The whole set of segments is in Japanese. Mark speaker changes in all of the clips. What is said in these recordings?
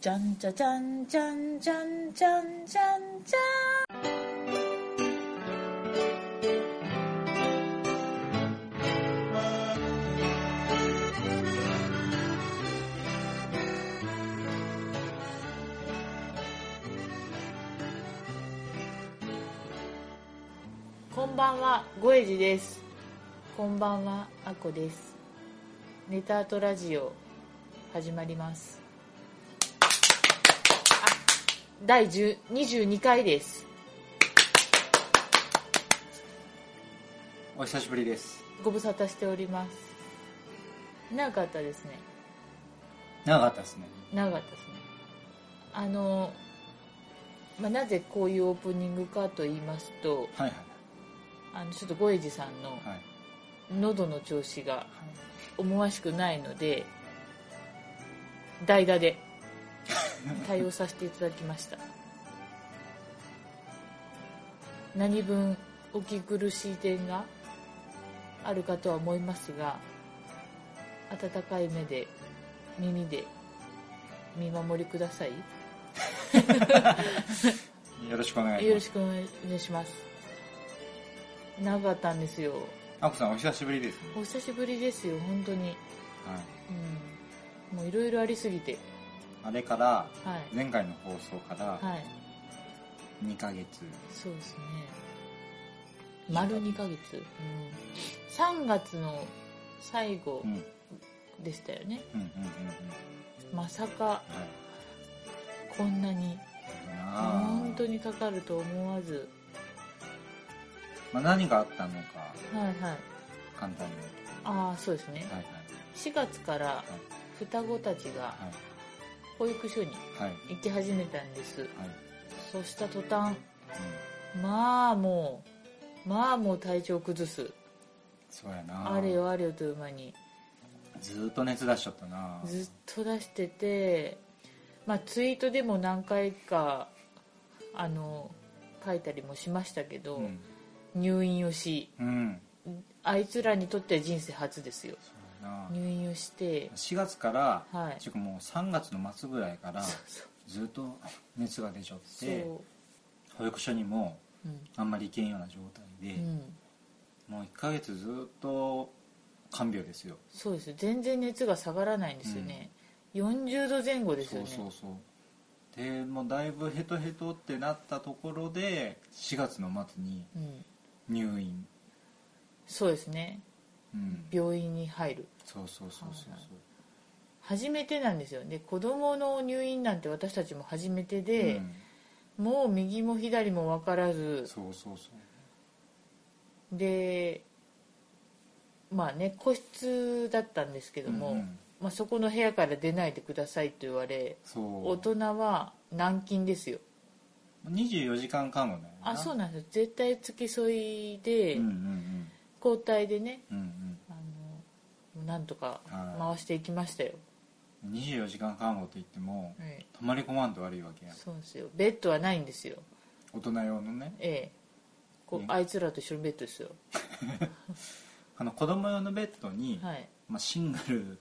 Speaker 1: じゃんじゃじゃんじゃんじゃんじゃんじゃんじゃん。こんばんは、ごえじです。こんばんは、あこです。ネタアートラジオ始まります。第10 22回です
Speaker 2: お久しぶりです
Speaker 1: ご無沙汰しております長かったですね
Speaker 2: 長かったですね
Speaker 1: 長かったですねあの、まあ、なぜこういうオープニングかと言いますと
Speaker 2: はいは
Speaker 1: あのちょっとゴエジさんの
Speaker 2: いはい
Speaker 1: 喉の調子が思わしくないので代打 で対応させていただきました何分お聞き苦しい点があるかとは思いますが温かい目で耳で見守りください
Speaker 2: はいよろしくお願いし
Speaker 1: よ
Speaker 2: ま
Speaker 1: ろ
Speaker 2: す
Speaker 1: しくお願いします長かったんですよ
Speaker 2: あこさんお久しぶりですね
Speaker 1: お久しぶりですよ本当に
Speaker 2: はい
Speaker 1: うんもういろいろありすぎて
Speaker 2: あれから
Speaker 1: はい
Speaker 2: 前回の放送から
Speaker 1: はい、
Speaker 2: 2ヶ月
Speaker 1: そうですね。丸2ヶ月。うん、3月の最後
Speaker 2: うんうん
Speaker 1: でしたよね。
Speaker 2: うんうんうん
Speaker 1: まさか
Speaker 2: はい
Speaker 1: こんなに、
Speaker 2: あー
Speaker 1: 本当にかかると思わず。
Speaker 2: まあ、何があったのか
Speaker 1: はいはい。
Speaker 2: 簡単に
Speaker 1: ああ、そうですね。
Speaker 2: はい
Speaker 1: 4月から双子たちが
Speaker 2: はい
Speaker 1: 保育所に
Speaker 2: はいはい
Speaker 1: 行き始めたんです。
Speaker 2: はい
Speaker 1: そうした途端、まあもう、まあもう体調崩す。
Speaker 2: そうやな
Speaker 1: あれよあれよという間に。
Speaker 2: ずーっと熱出しちゃったな
Speaker 1: ずっと出してて、まあ、ツイートでも何回かあの書いたりもしましたけど、
Speaker 2: うん、
Speaker 1: 入院をし
Speaker 2: うん、
Speaker 1: あいつらにとっては人生初ですよ
Speaker 2: そうやな
Speaker 1: 入院をして
Speaker 2: 4月から、
Speaker 1: はい
Speaker 2: ちゅうかもう3月の末ぐらいから
Speaker 1: そう
Speaker 2: ずっと熱が出ちゃっ
Speaker 1: そう
Speaker 2: て保育所にも
Speaker 1: うん
Speaker 2: あんまり行けんような状態で、
Speaker 1: うん
Speaker 2: もう1ヶ月ずっと看病ですよ
Speaker 1: そうです全然熱が下がらないんですよね、40度前後ですよね
Speaker 2: そうそうそうでもうだいぶヘトヘトってなったところで4月の末に
Speaker 1: うん、
Speaker 2: 入院
Speaker 1: そうですね
Speaker 2: うん
Speaker 1: 病院に入る
Speaker 2: そうそうそうそう
Speaker 1: はいは
Speaker 2: そ
Speaker 1: 初めてなんですよね子供の入院なんて私たちも初めて
Speaker 2: う、
Speaker 1: で
Speaker 2: う、ん
Speaker 1: もう右も左も分からず
Speaker 2: そうそうそう
Speaker 1: でまあね個室だったんですけども、
Speaker 2: うんうん
Speaker 1: まあ、そこの部屋から出ないでくださいと言われ
Speaker 2: そう
Speaker 1: 大人は軟禁ですよ
Speaker 2: 24時間看護だよな
Speaker 1: あそう
Speaker 2: う
Speaker 1: なんですよ絶対付き添いで、
Speaker 2: んうん
Speaker 1: 交代でね
Speaker 2: うんうん
Speaker 1: あのなんとか
Speaker 2: はい
Speaker 1: 回していきましたよ、
Speaker 2: うん24時間看護といっても
Speaker 1: はい
Speaker 2: 泊まり込まんと悪いわけやん
Speaker 1: そうですよベッドはないんですよ
Speaker 2: 大人用のね
Speaker 1: ええこう
Speaker 2: ね
Speaker 1: あいつらと一緒のベッドですよ
Speaker 2: あの子供用のベッドに、
Speaker 1: はい
Speaker 2: まあ、シングル
Speaker 1: う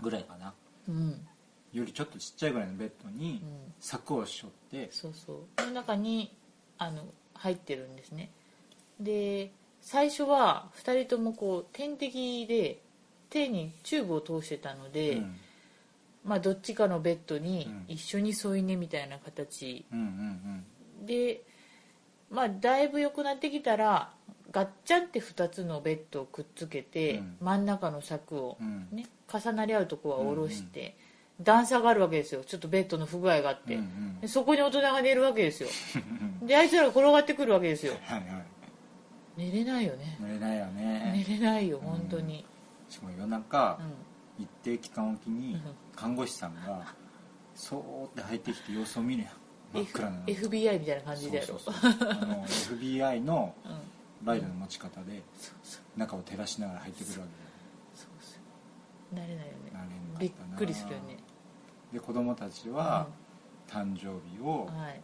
Speaker 2: ぐらいかなん
Speaker 1: うん
Speaker 2: よりちょっとちっちゃいぐらいのベッドに
Speaker 1: うん
Speaker 2: 柵をしょって、
Speaker 1: そうそうその中にあの入ってるんですねで最初は2人ともこう点滴で手にチューブを通してたの
Speaker 2: う
Speaker 1: で、
Speaker 2: ん
Speaker 1: まあ、どっちかのベッドに
Speaker 2: うん
Speaker 1: 一緒に添い寝みたいな形
Speaker 2: うんうん
Speaker 1: で、まあ、だいぶ良くなってきたらガッチャンって2つのベッドをくっつけて、
Speaker 2: うん
Speaker 1: 真ん中の柵を
Speaker 2: う、んうん
Speaker 1: ね、重なり合うとこは下ろして、段差があるわけですよちょっとベッドの不具合があって。
Speaker 2: うんうん
Speaker 1: でそこに大人が寝るわけですよ であいつらが転がってくるわけですよ
Speaker 2: はいはい
Speaker 1: 寝れないよね
Speaker 2: 寝れないよ
Speaker 1: 寝
Speaker 2: ね
Speaker 1: れないよ本当に
Speaker 2: しかも夜中
Speaker 1: うん、
Speaker 2: 一定期間おき
Speaker 1: うん
Speaker 2: に看護師さんがそーって入ってきて様子を見るやん真っ
Speaker 1: F
Speaker 2: 暗なの
Speaker 1: FBI みたいな感じだよ
Speaker 2: そうそうそうあの FBI の
Speaker 1: うん
Speaker 2: ライトの持ち方で
Speaker 1: そうそう
Speaker 2: 中を照らしながら入ってくるわけだよ
Speaker 1: そうそう慣れないよ
Speaker 2: 慣れな
Speaker 1: ね
Speaker 2: かったな
Speaker 1: びっくりするよね
Speaker 2: で子供たちは誕生日
Speaker 1: う
Speaker 2: を
Speaker 1: んはい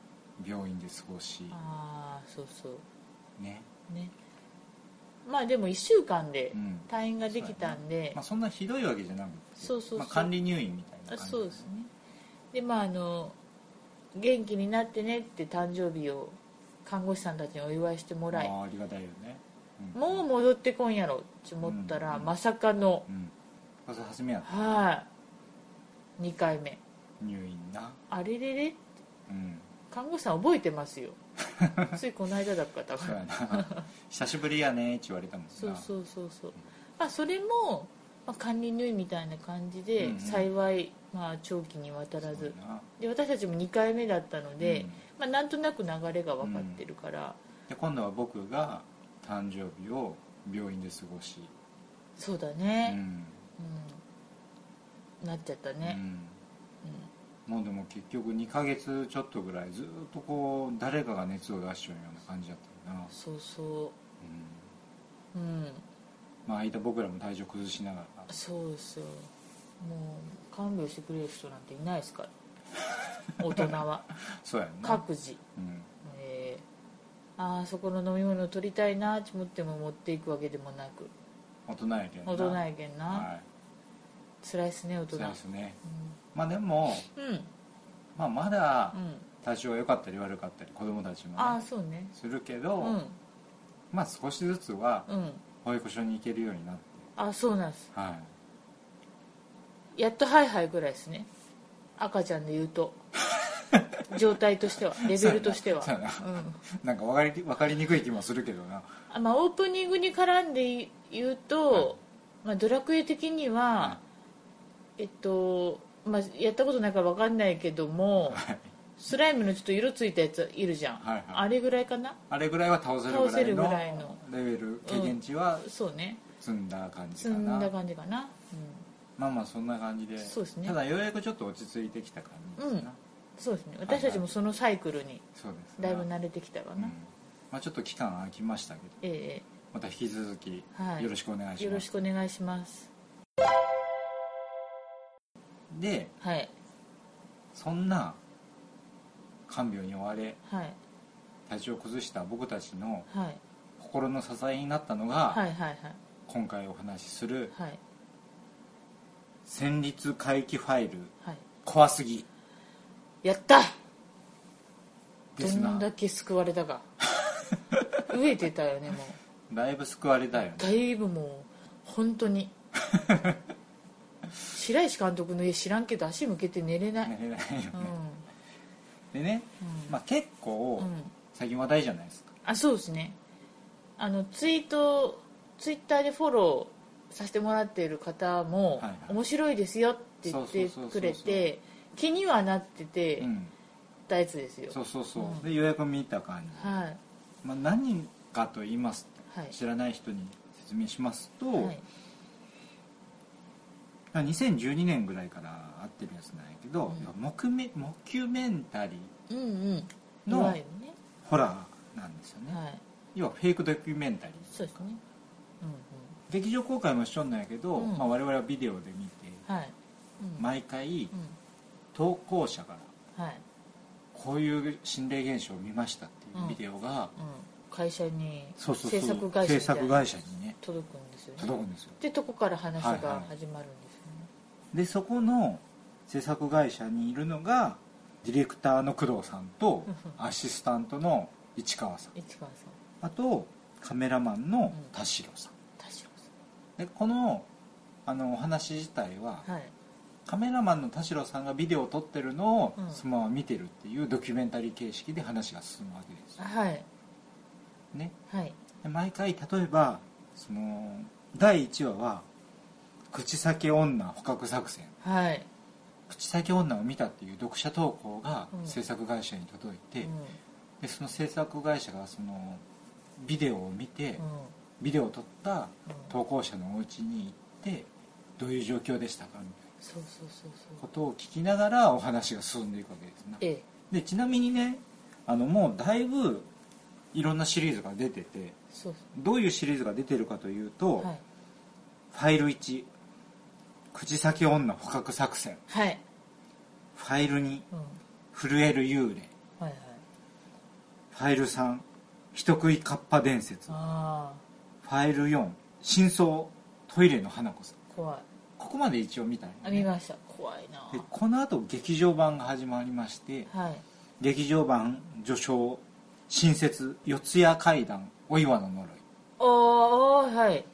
Speaker 2: 病院で過ごし
Speaker 1: ああそうそう
Speaker 2: ね
Speaker 1: ねまあでも1週間で
Speaker 2: うん
Speaker 1: 退院ができたんで
Speaker 2: まあ、そんなひどいわけじゃなくて
Speaker 1: そうそうそう
Speaker 2: まあ、管理入院みたいな
Speaker 1: あ
Speaker 2: 感じ
Speaker 1: そうですねでまああの元気になってねって誕生日を看護師さんたちにお祝いしても
Speaker 2: あ
Speaker 1: らい
Speaker 2: あありがたいよね、うん、
Speaker 1: もう戻ってこんやろって思ったら、
Speaker 2: うん
Speaker 1: まさかの
Speaker 2: う、んまず初めやった
Speaker 1: はい、2回目
Speaker 2: 入院な
Speaker 1: あれれれ
Speaker 2: うん
Speaker 1: 看護師さん覚えてます よついこの間だったか
Speaker 2: そう
Speaker 1: ら
Speaker 2: やな久しぶりやねって言われたもんな
Speaker 1: そうそうそうそう、まあ、それも、まあ、管理入院みたいな感じで、
Speaker 2: うんうん
Speaker 1: 幸い、まあ、長期にわたらず
Speaker 2: そうやな
Speaker 1: で私たちも2回目だったので、ま
Speaker 2: うん
Speaker 1: あ、なんとなく流れが分かってるから、
Speaker 2: で今度は僕が誕生日を病院で過ごし、
Speaker 1: そうだ
Speaker 2: う
Speaker 1: ね、
Speaker 2: ん
Speaker 1: うんなっちゃったね、
Speaker 2: うん、もうでも結局2ヶ月ちょっとぐらいずっとこう誰かが熱を出しちゃうような感じだったよな、うん
Speaker 1: うん、そうそううん
Speaker 2: まあ間僕らも体調崩しながら
Speaker 1: そうですよもう看病してくれる人なんていないですから 大人は
Speaker 2: そうやんな
Speaker 1: 各自、
Speaker 2: うん
Speaker 1: えーあーそこの飲み物取りたいなって思っても持っていくわけでもなく
Speaker 2: 大人やけんな
Speaker 1: 大人やけんな、
Speaker 2: は
Speaker 1: 辛いっすね大
Speaker 2: い
Speaker 1: 人
Speaker 2: そうですねまあでも、
Speaker 1: うんうん、
Speaker 2: まあ、まだ
Speaker 1: うん、
Speaker 2: 体調が良かったり悪かったり子供たちも
Speaker 1: ああ
Speaker 2: ね
Speaker 1: そうね
Speaker 2: するけ
Speaker 1: う
Speaker 2: ど、
Speaker 1: ん
Speaker 2: まあ少しずつは
Speaker 1: うん
Speaker 2: 保育所に行けるようになって
Speaker 1: あそうなんです
Speaker 2: はい
Speaker 1: やっとハイハイぐらいですね赤ちゃんで言う と状態としてはレベルとしては
Speaker 2: そうやな
Speaker 1: うん
Speaker 2: なんか分かり分かりにくい気もするけどな
Speaker 1: あまあ、オープニングに絡んで言うと、まあ、ドラクエ的には、えっと、まあ、やったことないから分かんないけども、スライムのちょっと色ついたやついるじゃん、
Speaker 2: はいはい
Speaker 1: あれぐらいかな
Speaker 2: あれぐらいは倒せ
Speaker 1: 倒せ
Speaker 2: る
Speaker 1: る
Speaker 2: ぐ
Speaker 1: ぐ
Speaker 2: ら
Speaker 1: ら
Speaker 2: い
Speaker 1: い
Speaker 2: の
Speaker 1: の
Speaker 2: レベル経験値は
Speaker 1: そうね
Speaker 2: 積んだ感じ
Speaker 1: 積
Speaker 2: かな、
Speaker 1: んだ感じかな、うん、
Speaker 2: まあまあそんな感じで
Speaker 1: そうですね
Speaker 2: ただようやくちょっと落ち着いてきた感じですな、
Speaker 1: うんそうですね私たちもそのサイクルに
Speaker 2: そうです
Speaker 1: だいぶ
Speaker 2: な、
Speaker 1: 慣れてきたか
Speaker 2: うん
Speaker 1: な、
Speaker 2: まあ、ちょっと期間空きましたけど
Speaker 1: え
Speaker 2: また引き続き
Speaker 1: はい
Speaker 2: よろしくお願い
Speaker 1: え
Speaker 2: し
Speaker 1: よ
Speaker 2: ま
Speaker 1: ろし
Speaker 2: す、
Speaker 1: くお願いします
Speaker 2: で
Speaker 1: はい
Speaker 2: そんな看病に追われ
Speaker 1: はい
Speaker 2: 体調を崩した僕たちの
Speaker 1: はい
Speaker 2: 心の支えになったのが、
Speaker 1: はいはいはい
Speaker 2: 今回お話しする
Speaker 1: はい
Speaker 2: 戦慄回帰ファイル
Speaker 1: はい
Speaker 2: 怖すぎ
Speaker 1: やった
Speaker 2: で
Speaker 1: ど
Speaker 2: すなん
Speaker 1: だけ救われた か飢えてたよねも
Speaker 2: だいぶ救われたよね
Speaker 1: うだいぶもう本当 に白石監督の家知らんけど足向けて寝れない、
Speaker 2: 寝れないよね
Speaker 1: うん、
Speaker 2: でね、
Speaker 1: うん
Speaker 2: まあ、結構
Speaker 1: うん
Speaker 2: 最近話題じゃないですか、
Speaker 1: あそうですねあのツイートツイッターでフォローさせてもらっている方も、
Speaker 2: はいはい
Speaker 1: 面白いですよって言って
Speaker 2: そうそうそうそう
Speaker 1: く
Speaker 2: そう
Speaker 1: れて気にはなってて
Speaker 2: うん、
Speaker 1: たやつですよ、
Speaker 2: そうそうそう、
Speaker 1: うん
Speaker 2: でようやく見た感じ、
Speaker 1: はい
Speaker 2: まあ、何かと言いますと、
Speaker 1: はい
Speaker 2: 知らない人に説明しますと、
Speaker 1: はい
Speaker 2: まあ2012年ぐらいからあってるやつなんやけど、
Speaker 1: うん
Speaker 2: まあモクメモキュメンタリ
Speaker 1: う
Speaker 2: ー
Speaker 1: んうんい
Speaker 2: の
Speaker 1: わゆるね
Speaker 2: ホラーなんですよね、
Speaker 1: はい
Speaker 2: 要はフェイクドキュメンタリー
Speaker 1: そうですねうん
Speaker 2: 劇場公開もしとんなんやけど、
Speaker 1: うん
Speaker 2: まあ、我々はビデオで見て
Speaker 1: うんはい、うん
Speaker 2: 毎回
Speaker 1: う
Speaker 2: 投稿者から
Speaker 1: んはい
Speaker 2: こういう心霊現象を見ましたっていうビデオが、
Speaker 1: うん、会社に
Speaker 2: そうそうそう
Speaker 1: 制作会社み
Speaker 2: 制
Speaker 1: たいな
Speaker 2: 作会社にね
Speaker 1: 届くんですよね
Speaker 2: 届くんですよ
Speaker 1: でとこから話が
Speaker 2: はい
Speaker 1: 始
Speaker 2: はい
Speaker 1: まるんですよね、
Speaker 2: でそこの制作会社にいるのがディレクターの工藤さんとアシスタントの市川さん
Speaker 1: 市川さん
Speaker 2: あとカメラマンの田代さん、
Speaker 1: 田代さ
Speaker 2: でこのあのお話自体は
Speaker 1: んはい
Speaker 2: カメラマンの田代さんがビデオを撮ってるのを
Speaker 1: うん
Speaker 2: そのまま見てるっていうドキュメンタリー形式で話が進むわけですよ
Speaker 1: はい
Speaker 2: ね
Speaker 1: はい
Speaker 2: で毎回例えばその第1話は「口裂け女捕獲作戦」
Speaker 1: はい、
Speaker 2: 口先女を見たっていう読者投稿が
Speaker 1: うん
Speaker 2: 制作会社に届いうて、
Speaker 1: ん
Speaker 2: でその制作会社がそのビデオを見て、
Speaker 1: うん
Speaker 2: ビデオを撮った
Speaker 1: うん
Speaker 2: 投稿者のお家に行ってどういう状況でしたかみたい
Speaker 1: そうそうそう
Speaker 2: な
Speaker 1: そ
Speaker 2: こ
Speaker 1: う
Speaker 2: とを聞きながらお話が進んでいくわけですね
Speaker 1: ええ
Speaker 2: でちなみにねあのもうだいぶいろんなシリーズが出てて
Speaker 1: そうそ
Speaker 2: どういうシリーズが出てるかというと、
Speaker 1: うはい
Speaker 2: ファイル1口先女捕獲作戦
Speaker 1: はい、
Speaker 2: ファイル2
Speaker 1: うん、
Speaker 2: 震える幽霊
Speaker 1: はいはい
Speaker 2: ファイル3人食いカッパ伝説フ
Speaker 1: あ
Speaker 2: ァイル4真相トイレの花子さん
Speaker 1: あ怖い
Speaker 2: ここまで一応見たんや
Speaker 1: あ
Speaker 2: ね
Speaker 1: 見ました怖いな
Speaker 2: でこの後劇場版が始まりまして
Speaker 1: はい
Speaker 2: 劇場版序章新設「四谷怪談お岩の呪い
Speaker 1: ああはい」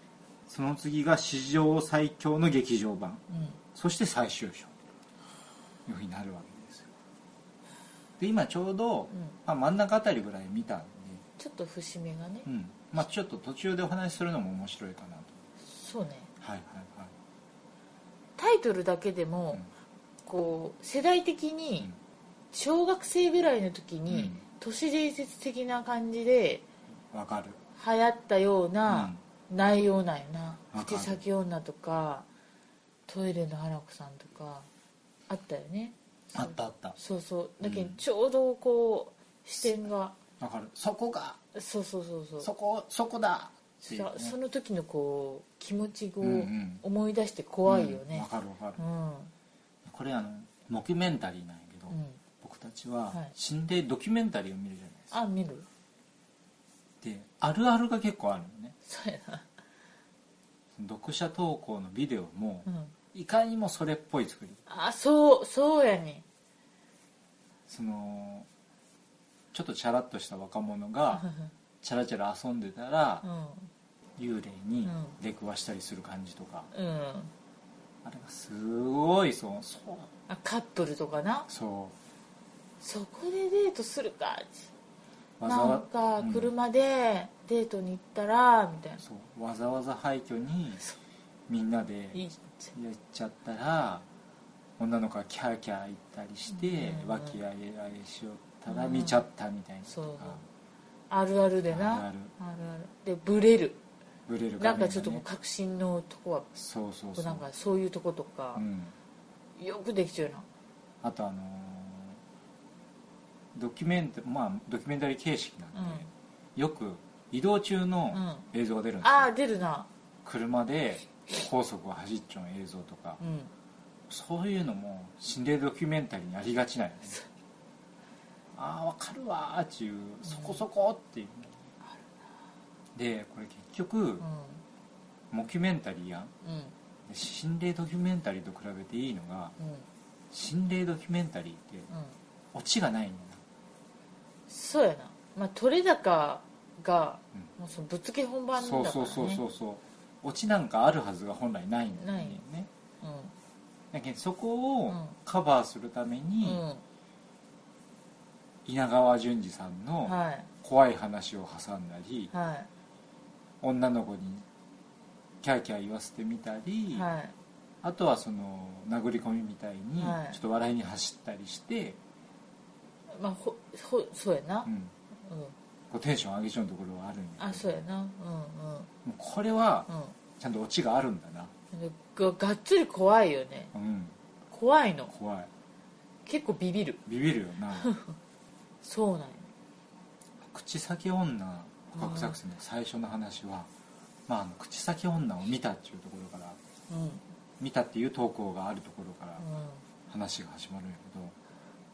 Speaker 2: その次が史上最強の劇場版
Speaker 1: うん
Speaker 2: そして最終章というふうになるわけですよで今ちょうど、
Speaker 1: うん
Speaker 2: まあ、真ん中あたりぐらい見たんで、
Speaker 1: ちょっと節目がね、
Speaker 2: うんまあ、ちょっと途中でお話しするのも面白いかなと
Speaker 1: そうね
Speaker 2: はいはいはい
Speaker 1: タイトルだけでも、
Speaker 2: うん
Speaker 1: こう世代的
Speaker 2: う
Speaker 1: に
Speaker 2: ん
Speaker 1: 小学生ぐらいの時に、
Speaker 2: うん
Speaker 1: 都市伝説的な感じで
Speaker 2: わかる
Speaker 1: 流行ったような内容なんよな、
Speaker 2: わか
Speaker 1: 口
Speaker 2: る
Speaker 1: 先女とかトイレの花子さんとかあったよね
Speaker 2: あったあった
Speaker 1: そうそうだけど
Speaker 2: うん
Speaker 1: ちょうどこう視点が、
Speaker 2: わかるそこが
Speaker 1: そうそうそうそう
Speaker 2: そこそこだっていう、ね
Speaker 1: さ、その時のこう気持ちを
Speaker 2: うんうん
Speaker 1: 思い出して怖いよ
Speaker 2: うん
Speaker 1: ね
Speaker 2: わ、かるわか
Speaker 1: う
Speaker 2: る、
Speaker 1: ん
Speaker 2: これあのドキュメンタリーなんやけど、
Speaker 1: うん
Speaker 2: 僕たちは
Speaker 1: はい
Speaker 2: 死んでドキュメンタリーを見るじゃないですか、
Speaker 1: あ見る
Speaker 2: であるあるが結構あるのね
Speaker 1: そうやな
Speaker 2: 読者投稿のビデオも
Speaker 1: うん
Speaker 2: いかにもそれっぽい作り
Speaker 1: あそうそうやね
Speaker 2: そのちょっとチャラっとした若者がチャラチャラ遊んでたら
Speaker 1: うん
Speaker 2: 幽霊に
Speaker 1: うん
Speaker 2: 出くわしたりする感じとか
Speaker 1: うん
Speaker 2: あれがすごいそうそう
Speaker 1: あカップルとかな
Speaker 2: そ
Speaker 1: そこでデートするか
Speaker 2: う
Speaker 1: なんか
Speaker 2: うん
Speaker 1: 車でデートに行ったらみたいな
Speaker 2: そうわざわざ廃墟に
Speaker 1: そう
Speaker 2: みんなで
Speaker 1: い
Speaker 2: 行っ
Speaker 1: い
Speaker 2: ちゃったら女の子がキャーキャー言ったりして
Speaker 1: うん
Speaker 2: 和気あいあいしよったら
Speaker 1: うん
Speaker 2: 見ちゃったみたいな
Speaker 1: そう
Speaker 2: とか
Speaker 1: あるあるで
Speaker 2: あ
Speaker 1: な
Speaker 2: る
Speaker 1: あるあるでブレる
Speaker 2: ブレ
Speaker 1: な
Speaker 2: る画
Speaker 1: ん
Speaker 2: 面
Speaker 1: か
Speaker 2: が
Speaker 1: ちょっともう
Speaker 2: ね
Speaker 1: 確信のとこは
Speaker 2: そうそうそう
Speaker 1: なんかそういうとことか
Speaker 2: う、ん
Speaker 1: よくできちゃうな
Speaker 2: あとあのードキュメンタまあドキュメンタリー形式なんで、よく移動中の
Speaker 1: う
Speaker 2: 映像が出るんですよ、
Speaker 1: ああ出るな
Speaker 2: 車で高速を走っちゃう映像とか、
Speaker 1: うん
Speaker 2: そういうのも心霊ドキュメンタリーにありがちなんよねああわかるわーっていうそこそこっていう、でこれ結局、
Speaker 1: う
Speaker 2: モキュメンタリーやん
Speaker 1: んうん
Speaker 2: で心霊ドキュメンタリーと比べていいのが
Speaker 1: うん
Speaker 2: 心霊ドキュメンタリーって
Speaker 1: うん
Speaker 2: オチがないんだ
Speaker 1: そうやなまあ取れ高が
Speaker 2: うん
Speaker 1: もうそのぶっつけ本番だか
Speaker 2: そ
Speaker 1: ら
Speaker 2: う
Speaker 1: ね
Speaker 2: そうそうそうそうオチなんかあるはずが本来ないんだよね
Speaker 1: う
Speaker 2: だけどそ
Speaker 1: う
Speaker 2: こを
Speaker 1: ん
Speaker 2: カバーするために、
Speaker 1: んうん
Speaker 2: 稲川淳二さんの
Speaker 1: はい
Speaker 2: 怖い話を挟んだり、
Speaker 1: は
Speaker 2: 女の子にキャーキャー言わせてみた
Speaker 1: い
Speaker 2: り、
Speaker 1: はい
Speaker 2: あとはその殴り込みみたいに
Speaker 1: はい
Speaker 2: ちょっと笑いに走ったりして、
Speaker 1: まあほほそうやな
Speaker 2: うん、
Speaker 1: うん
Speaker 2: こうテンション上げちゃうところはあるんやけど
Speaker 1: あそうやなうん
Speaker 2: もうこれは
Speaker 1: うん
Speaker 2: ちゃんとオチがあるんだな
Speaker 1: うんががっつり怖いよね
Speaker 2: うん
Speaker 1: 怖いの
Speaker 2: 怖い
Speaker 1: 結構ビビる
Speaker 2: ビビるよな
Speaker 1: そうなんよ
Speaker 2: 口先女捕獲作戦の最初の話は、まあ、あの口先女を見たっていうところから
Speaker 1: うんうん
Speaker 2: 見たっていう投稿があるところから話が始まるんやけど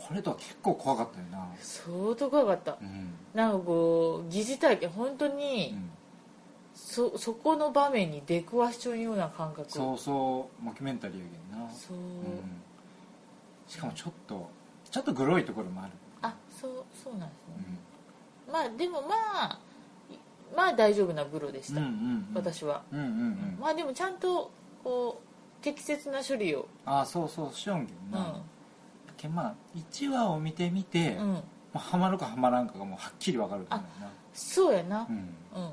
Speaker 2: これとは結構怖かったよな
Speaker 1: 相当怖かった
Speaker 2: うん
Speaker 1: なんかこう疑似体験本当に、
Speaker 2: うん
Speaker 1: そそこの場面に出くわしちゃうような感覚
Speaker 2: そうそうモキュメンタリーやけんな
Speaker 1: そう
Speaker 2: うんしかもちょっとちょっとグロいところもある、
Speaker 1: あそうそうなんです
Speaker 2: う
Speaker 1: ね、
Speaker 2: ん、
Speaker 1: まあでもまあいまあ大丈夫なグロでし
Speaker 2: う
Speaker 1: た、
Speaker 2: んうんうん
Speaker 1: 私は、
Speaker 2: うんうんうん、
Speaker 1: まあでもちゃんとこう適切な処理を
Speaker 2: ああそうそうしよんけん
Speaker 1: う
Speaker 2: な、けんまあ1話を見てみて、
Speaker 1: ん、
Speaker 2: ま
Speaker 1: うん、
Speaker 2: あ、ハマるかハマらんかがもうはっきり分かると思うよ
Speaker 1: そうやな
Speaker 2: な、うん
Speaker 1: うん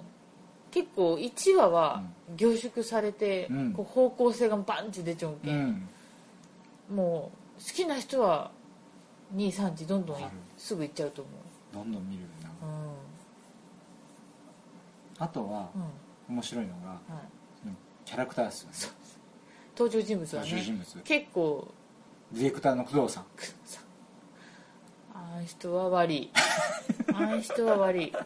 Speaker 1: 結構1話は凝縮されて、
Speaker 2: うん
Speaker 1: こう方向性がバンって出ちゃうけ、
Speaker 2: うんん
Speaker 1: もう好きな人は23時どんどん
Speaker 2: わかる
Speaker 1: すぐ行っちゃうと思
Speaker 2: どんどん見るよな、
Speaker 1: ううん
Speaker 2: あとは
Speaker 1: うん
Speaker 2: 面白いのが
Speaker 1: はい
Speaker 2: うんキャラクターですよね
Speaker 1: 登場人物はね
Speaker 2: 登場人物
Speaker 1: 結構
Speaker 2: ディレクターの工藤さん
Speaker 1: くっさあん人は悪 いあん人は悪い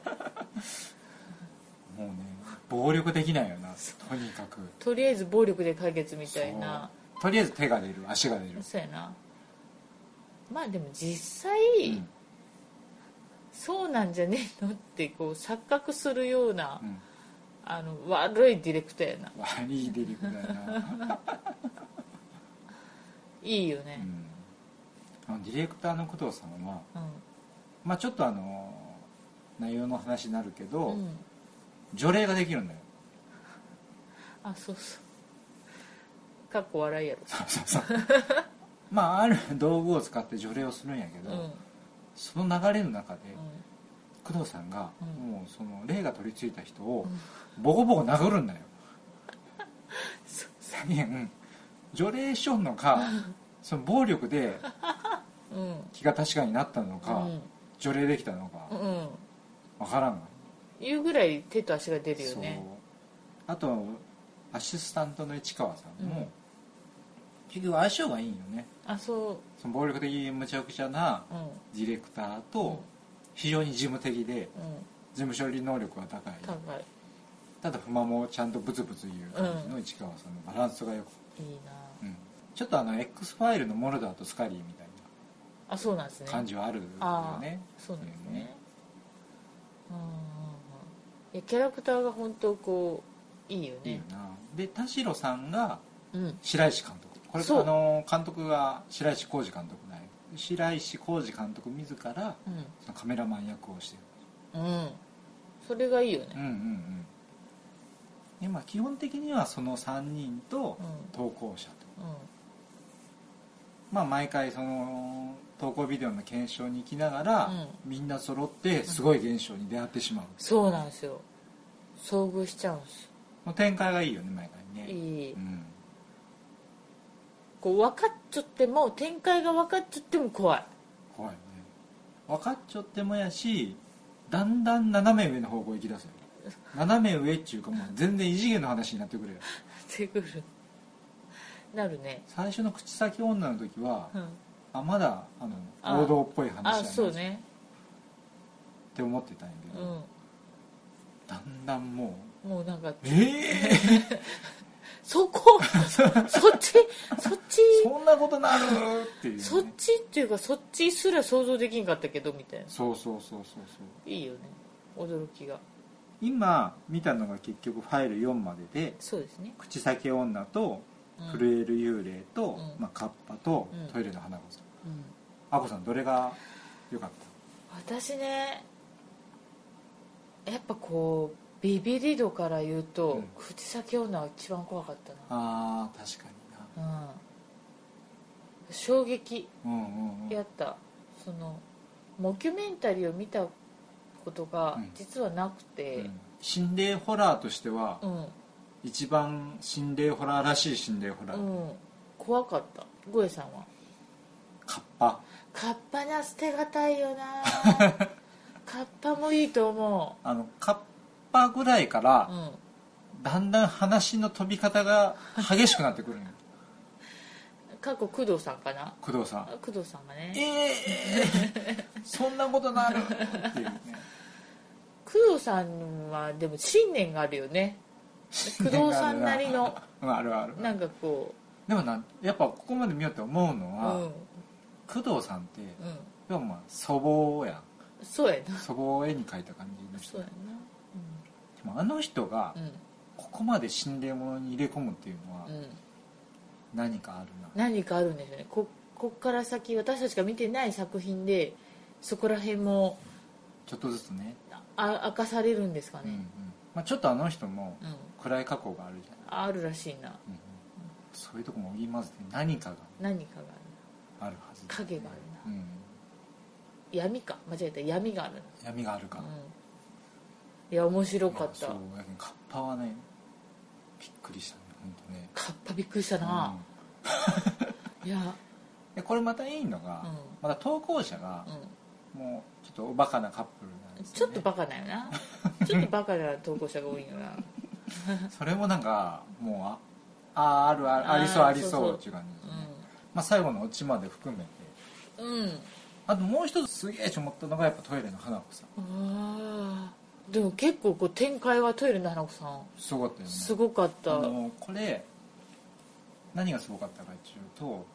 Speaker 2: もうね暴力できないよなとにかく
Speaker 1: とりあえず暴力で解決みたいな
Speaker 2: そうとりあえず手が出る足が出る
Speaker 1: そう、やなまあでも実際、
Speaker 2: うん
Speaker 1: そうなんじゃねえのってこう錯覚するような、
Speaker 2: うん、
Speaker 1: あの悪いディレクターやな
Speaker 2: 悪いディレクターやな
Speaker 1: いいよ
Speaker 2: う
Speaker 1: ね
Speaker 2: ん、あのディレクターの工藤さんは、
Speaker 1: うん
Speaker 2: まあ、ちょっとあの内容の話になるけど、
Speaker 1: うん
Speaker 2: 除霊ができるんだよ
Speaker 1: あそうそうかっこ笑いやろ
Speaker 2: そうそう そうまあある道具を使って除霊をするんやけ
Speaker 1: う
Speaker 2: ど、
Speaker 1: んうん
Speaker 2: その流れの中で工藤さんが、
Speaker 1: うん
Speaker 2: もうその霊が取り付いた人をボコボコ殴るんだよ、
Speaker 1: そうそ
Speaker 2: いやうん除霊しょんのかその暴力で
Speaker 1: ううん
Speaker 2: 気が確かになったのか、
Speaker 1: うん
Speaker 2: 除霊できたの
Speaker 1: う
Speaker 2: か
Speaker 1: んうん
Speaker 2: わからんわ
Speaker 1: 言うぐらい手と足が出るよね
Speaker 2: あとアシスタントの市川さんも、
Speaker 1: うん
Speaker 2: 結局相性がいいんよね
Speaker 1: あそ
Speaker 2: その暴力的むちゃくちゃな
Speaker 1: ううん
Speaker 2: ディレクター
Speaker 1: うん
Speaker 2: と非常に事務的で
Speaker 1: うん
Speaker 2: 事務処理能力が高い
Speaker 1: 高い
Speaker 2: ただ不満もちゃんとブツブツ言う感じの市川さんのバランスがよく、
Speaker 1: いいな
Speaker 2: うんちょっとあの X ファイルのモルダーとスカリーみたい
Speaker 1: あそうなんですね
Speaker 2: な感じはあるよ
Speaker 1: あ
Speaker 2: ね
Speaker 1: そうなんです
Speaker 2: っていう
Speaker 1: ねうんうんうんいやキャラクターが本当こういいよ
Speaker 2: いいよ
Speaker 1: ね
Speaker 2: なで田代さんが
Speaker 1: うん
Speaker 2: 白石監督これ
Speaker 1: そう
Speaker 2: あの監督が白石浩二監督ない白石浩二監督自ら
Speaker 1: うん
Speaker 2: そのカメラマン役をしてる
Speaker 1: うんそれがいいよね
Speaker 2: うんうんうんでまあ基本的にはその3人と
Speaker 1: うん
Speaker 2: 投稿者と、
Speaker 1: うん
Speaker 2: まあ毎回その投稿ビデオの検証に行きながら、
Speaker 1: う
Speaker 2: みんな揃ってすごい現象に出会ってしまう、
Speaker 1: そうなんですよ遭遇しちゃうんです
Speaker 2: もう展開がいいよね毎回ね
Speaker 1: いい
Speaker 2: うん、
Speaker 1: こう分かっちゃっても展開が分かっちゃっても怖い
Speaker 2: 怖いよね分かっちゃってもやしだんだん斜め上の方向行き出すよ 斜め上っちゅうかもう全然異次元の話になってくるよ
Speaker 1: ってくるなるね
Speaker 2: 最初の口先女の時は
Speaker 1: うん
Speaker 2: あまだあ
Speaker 1: あ
Speaker 2: の王道っぽい話
Speaker 1: あ
Speaker 2: や
Speaker 1: そう
Speaker 2: なっ
Speaker 1: ね
Speaker 2: て思ってたんやけ
Speaker 1: う
Speaker 2: ど、だんだんも
Speaker 1: んもうなんか
Speaker 2: うええ
Speaker 1: そこそっちそっち
Speaker 2: そんなことなるっていう、ね、
Speaker 1: そっちっていうかそっちすら想像できんかったけどみたいな
Speaker 2: そうそうそうそうそう
Speaker 1: いいよね驚きが
Speaker 2: 今見たのが結局ファイル4までで
Speaker 1: そうですね、
Speaker 2: 口先女と
Speaker 1: うん
Speaker 2: 震える幽霊と、
Speaker 1: うん
Speaker 2: まあ、カッパと、
Speaker 1: うん
Speaker 2: トイレの花子さん
Speaker 1: うん
Speaker 2: あこさんどれが良かった
Speaker 1: 私ねやっぱこうビビリ度から言うと、
Speaker 2: うん
Speaker 1: 口先女は一番怖かった
Speaker 2: あー確かに
Speaker 1: な、うん、衝撃
Speaker 2: なうんうんうん
Speaker 1: やった、そのモキュメンタリーを見たことが
Speaker 2: うん
Speaker 1: 実はなくて
Speaker 2: うん心霊ホラーとしては、
Speaker 1: うん、
Speaker 2: 一番心霊ホラーらしい心霊ホラー、
Speaker 1: うん怖かったゴエさんは
Speaker 2: カッパ
Speaker 1: カッパな捨てがたいよ なカッパもいいと思
Speaker 2: あのカッパぐらいか
Speaker 1: う、う
Speaker 2: ら、
Speaker 1: ん、
Speaker 2: だんだん話の飛び方が激しくなってくるのよ
Speaker 1: 過去工藤さんかな
Speaker 2: 工藤さん
Speaker 1: あ工藤さんがね
Speaker 2: ええそんなことなるっていうね
Speaker 1: 工藤さんはでも信念があるよね工藤さんなりの
Speaker 2: うんあるある
Speaker 1: なんかこ
Speaker 2: でもなやっぱここまで見ようって思うの
Speaker 1: うう
Speaker 2: は、
Speaker 1: んうん
Speaker 2: 工藤さんって要はまあ粗暴やん
Speaker 1: そうやな
Speaker 2: 粗暴を絵に描いた感じの
Speaker 1: そ
Speaker 2: 人
Speaker 1: う
Speaker 2: で
Speaker 1: やな
Speaker 2: もあの人が
Speaker 1: うん
Speaker 2: ここまで心霊ものに入れ込むっていうのは
Speaker 1: うんうん
Speaker 2: 何かあるな、
Speaker 1: 何かあるんですよねここっから先私たちが見てない作品でそこら辺も
Speaker 2: ちょっとずつね、
Speaker 1: あ明かされるんですか
Speaker 2: うんうん
Speaker 1: ね、
Speaker 2: まあ、ちょっとあの人も
Speaker 1: うん
Speaker 2: 暗い過去があるじゃない、
Speaker 1: あるらしいな
Speaker 2: うんうんそういうとこも織り交ぜて何かが
Speaker 1: 何かがある
Speaker 2: あるはずだ
Speaker 1: 影があるな
Speaker 2: うん、
Speaker 1: 闇か間違えた闇がある
Speaker 2: 闇があるか
Speaker 1: な、う
Speaker 2: ら
Speaker 1: ん、いや面白かっ
Speaker 2: い
Speaker 1: た
Speaker 2: やそうやけどカッパはねびっくりしたね本当ね
Speaker 1: カッパびっくりしたな、いや
Speaker 2: うんでこれまたいいのが、
Speaker 1: うん
Speaker 2: また投稿者が
Speaker 1: うん
Speaker 2: もうちょっとおバカなカップルなんです
Speaker 1: ちょ
Speaker 2: よ
Speaker 1: っ
Speaker 2: ね
Speaker 1: とバカだよなちょっとバカな投稿者が多いよな
Speaker 2: それもなんかもうああーあるあるありそう
Speaker 1: あー
Speaker 2: あり
Speaker 1: そう
Speaker 2: そ
Speaker 1: そう
Speaker 2: うっていう感じですね、まあ、最後のオチまで含めて
Speaker 1: うん、うん、
Speaker 2: あともう一つすげえと思ったのがやっぱトイレの花子さん
Speaker 1: あーでも結構こう展開はトイレの花子さん
Speaker 2: すごかったよね
Speaker 1: すごかった、
Speaker 2: あのこれ何がすごかったかっていうと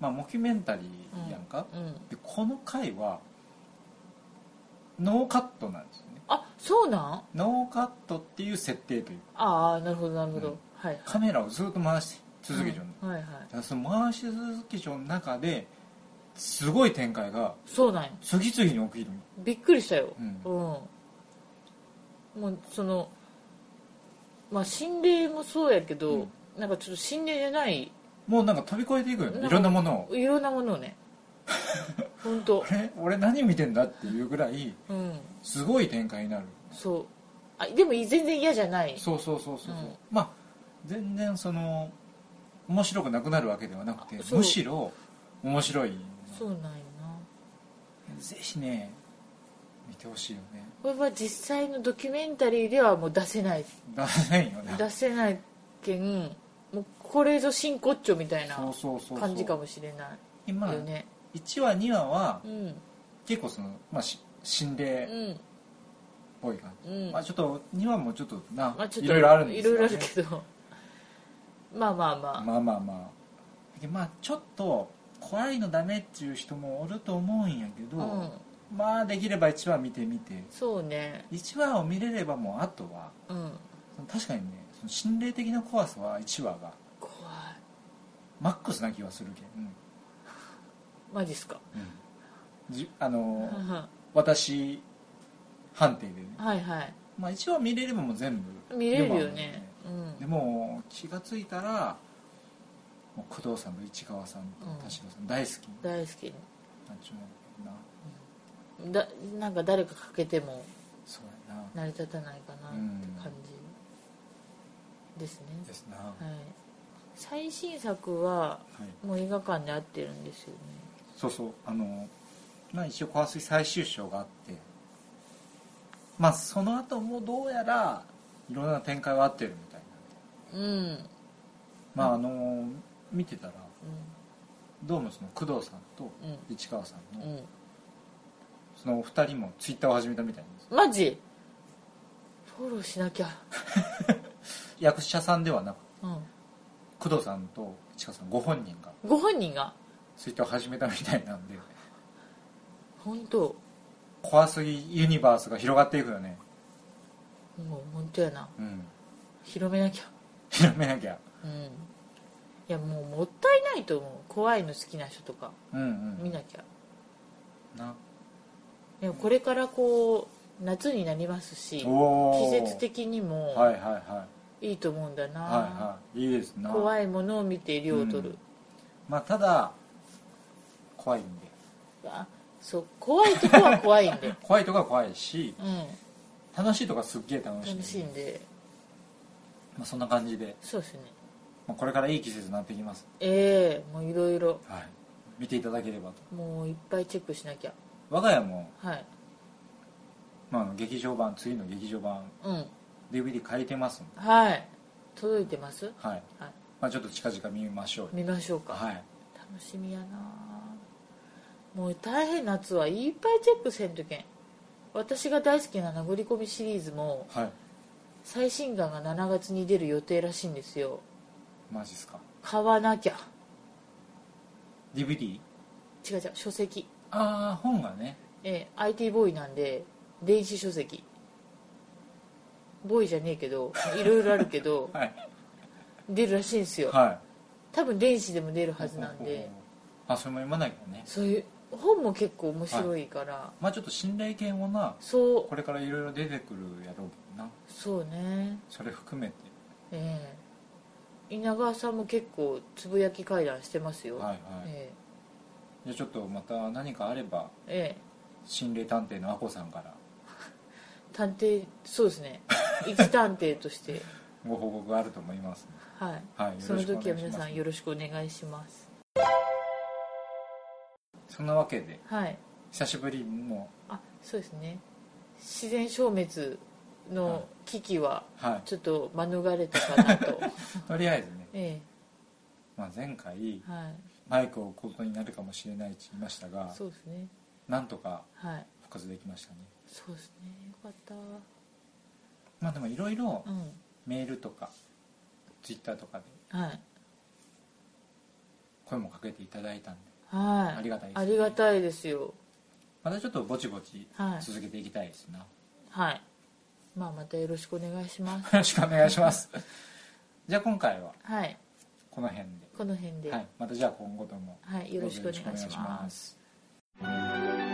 Speaker 2: まあモキュメンタリーやんか、
Speaker 1: うん、
Speaker 2: でこの回はノーカットなんですよね
Speaker 1: あそうなん
Speaker 2: ノーカットっていう設定というか
Speaker 1: ああなるほどなるほど、
Speaker 2: うん
Speaker 1: はい
Speaker 2: カメラをずっと回して続けちゃうの、
Speaker 1: はいはい
Speaker 2: だからその回し続けちゃうの中ですごい展開が
Speaker 1: そうなんよ
Speaker 2: 次々に起きるの
Speaker 1: びっくりしたよ
Speaker 2: う
Speaker 1: うんん、もうそのまあ心霊もそうやけど、
Speaker 2: うん
Speaker 1: なんかちょっと心霊じゃない
Speaker 2: もうなんか飛び越えていく
Speaker 1: な
Speaker 2: よ
Speaker 1: ん
Speaker 2: ね
Speaker 1: か
Speaker 2: いろんなものを
Speaker 1: いろんなものを ね本当
Speaker 2: あれ俺何見てんだっていうぐらい
Speaker 1: うん
Speaker 2: すごい展開になる
Speaker 1: そうあでもい全然嫌じゃない
Speaker 2: そうそうそうそうそう、
Speaker 1: うん
Speaker 2: まあ全然その面白くなくなるわけではなくて
Speaker 1: あそう
Speaker 2: むしろ面白い
Speaker 1: そうなんよな
Speaker 2: ぜひね見てほしいよね
Speaker 1: これは実際のドキュメンタリーではもう出せない
Speaker 2: 出せないよね
Speaker 1: 出せないけんもうこれぞ真骨頂みたいな
Speaker 2: そうそうそうそう
Speaker 1: 感じかもしれな
Speaker 2: 今
Speaker 1: いよね
Speaker 2: 1話2話は
Speaker 1: うん
Speaker 2: 結構その、まあ、し心
Speaker 1: う
Speaker 2: 霊っ
Speaker 1: ん
Speaker 2: ぽい感じ、
Speaker 1: うん
Speaker 2: まあちょっと2話もちょっとな、
Speaker 1: まあちょっと
Speaker 2: いろいろあるんです
Speaker 1: いろいろある
Speaker 2: ね
Speaker 1: けどまあまあまあ、
Speaker 2: まあまあまあでまあちょっと怖いのダメっていう人もおると思うんやけど、
Speaker 1: うん
Speaker 2: まあできれば1話見てみて
Speaker 1: そうね
Speaker 2: 1話を見れればもうあとは
Speaker 1: うん
Speaker 2: その確かにねその心霊的な怖さは1話が
Speaker 1: 怖い
Speaker 2: マックスな気はするけん、
Speaker 1: マジっすか
Speaker 2: うんじあの
Speaker 1: うんうん
Speaker 2: 私判定でね、
Speaker 1: はいはい
Speaker 2: まあ、1話見れればもう全部
Speaker 1: 見れるよ
Speaker 2: でもあ
Speaker 1: ねうん
Speaker 2: でも気がついたらもう工藤さんと市川さんと
Speaker 1: うん
Speaker 2: 田代さん大好き
Speaker 1: 大好き
Speaker 2: なっちゅうのな
Speaker 1: だなんか誰かかけても
Speaker 2: そうやな
Speaker 1: 成り立たないかなって感じですね、
Speaker 2: ですな、は、
Speaker 1: はい、最新作はいもう映画館で合ってるんですよね
Speaker 2: そうそうあのまあ一応川水最終章があってまあその後もどうやらいろんな展開はあってるみたい
Speaker 1: うん、うん、
Speaker 2: なまああの見てたらどうもその工藤さんと
Speaker 1: う
Speaker 2: 市川さんの、
Speaker 1: んうん
Speaker 2: そのお二人もツイッターを始めたみたいなんです
Speaker 1: マジフォローしなきゃ
Speaker 2: 役者さんではなく
Speaker 1: うん
Speaker 2: 工藤さんと市川さんご本人が
Speaker 1: ご本人が
Speaker 2: ツイッターを始めたみたいなんで
Speaker 1: 本当
Speaker 2: 怖すぎユニバースが広がっていくよね
Speaker 1: もう本当やな
Speaker 2: うん
Speaker 1: 広めなきゃ
Speaker 2: 広めなきゃ
Speaker 1: うんいやもうもったいないと思う怖いの好きな人とか
Speaker 2: うんう
Speaker 1: 見
Speaker 2: ん
Speaker 1: なきゃ
Speaker 2: な
Speaker 1: でもこれからこう夏になりますし
Speaker 2: お
Speaker 1: 季
Speaker 2: ー
Speaker 1: 節的に
Speaker 2: はい
Speaker 1: も
Speaker 2: はいはい
Speaker 1: いいと思うんだな、
Speaker 2: はいはいいいですな
Speaker 1: 怖いものを見て量を取る、
Speaker 2: まあただ怖いんで
Speaker 1: あそう怖いとこは怖い んで
Speaker 2: 怖いとか怖いし
Speaker 1: う
Speaker 2: 楽しいとかすっげえ楽
Speaker 1: ん
Speaker 2: しい
Speaker 1: 楽しいんで
Speaker 2: まあ、そんな感じで、
Speaker 1: そうですね
Speaker 2: まあ、これからいい季節になってきます
Speaker 1: ええもういろいろ
Speaker 2: はい見ていただければと
Speaker 1: もういっぱいチェックしなきゃ
Speaker 2: 我が家も、
Speaker 1: はい
Speaker 2: まああの、劇場版次の劇場版
Speaker 1: うん
Speaker 2: DVD 借りてますんで
Speaker 1: はい届いてます
Speaker 2: はい、
Speaker 1: はい
Speaker 2: まあ、ちょっと近々見ましょう
Speaker 1: 見ましょうか、
Speaker 2: はい
Speaker 1: 楽しみやなもう大変夏はいっぱいチェックせんとけん私が大好きな殴り込みシリーズも
Speaker 2: はい
Speaker 1: 最新刊が7月に出る予定らしいんですよ
Speaker 2: マジっすか
Speaker 1: 買わなきゃ
Speaker 2: DVD?
Speaker 1: 違う違う書籍、
Speaker 2: ああ本がね
Speaker 1: えー IT ボーイなんで電子書籍ボーイじゃねえけどいろいろあるけ ど
Speaker 2: はい
Speaker 1: 出るらしいんですよ
Speaker 2: は
Speaker 1: 多分電子でも出る
Speaker 2: い
Speaker 1: はずなんで
Speaker 2: あそれも読まないけどね
Speaker 1: そういう本も結構面白いから、
Speaker 2: まあちょっと信頼系もな
Speaker 1: そう
Speaker 2: これからいろいろ出てくるやろうけどな
Speaker 1: そうね
Speaker 2: それ含めて
Speaker 1: ええ稲川さんも結構つぶやき会談してますよ、
Speaker 2: はいはい、
Speaker 1: え
Speaker 2: じゃあちょっとまた何かあれば
Speaker 1: えええ
Speaker 2: 心霊探偵のあこさんから
Speaker 1: 探偵そうです ね一探偵として
Speaker 2: ご報告があると思います
Speaker 1: はい、
Speaker 2: はい
Speaker 1: その
Speaker 2: よろし
Speaker 1: 時
Speaker 2: くお
Speaker 1: は
Speaker 2: 願いします
Speaker 1: 皆さんよろしくお願いします
Speaker 2: そんなわけで
Speaker 1: はい
Speaker 2: 久しぶりの
Speaker 1: あそうですね自然消滅
Speaker 2: はい
Speaker 1: の危機は
Speaker 2: は
Speaker 1: ちょっと免れたかな と
Speaker 2: いとりあえずね、
Speaker 1: え
Speaker 2: まあ、前回
Speaker 1: えはい
Speaker 2: マイクを置くことになるかもしれないって言いましたが
Speaker 1: そうですね
Speaker 2: なんとか
Speaker 1: はい
Speaker 2: 復活できましたね
Speaker 1: そうですねよかった
Speaker 2: まあでもいろいろ
Speaker 1: うん
Speaker 2: メールとかツイッターとかで
Speaker 1: はい
Speaker 2: 声もかけていただいたんで
Speaker 1: はい
Speaker 2: ありがたいです
Speaker 1: ありがたいですよ
Speaker 2: またちょっとぼちぼち
Speaker 1: はい
Speaker 2: 続けていきたいですな、
Speaker 1: はい。まあまたよろしくお願いします。
Speaker 2: よろしくお願いしますじゃあ今回は
Speaker 1: はい。
Speaker 2: この辺で
Speaker 1: この辺で
Speaker 2: は、
Speaker 1: はい
Speaker 2: またじゃあ今後とも
Speaker 1: い、よろしくお願いします
Speaker 2: す。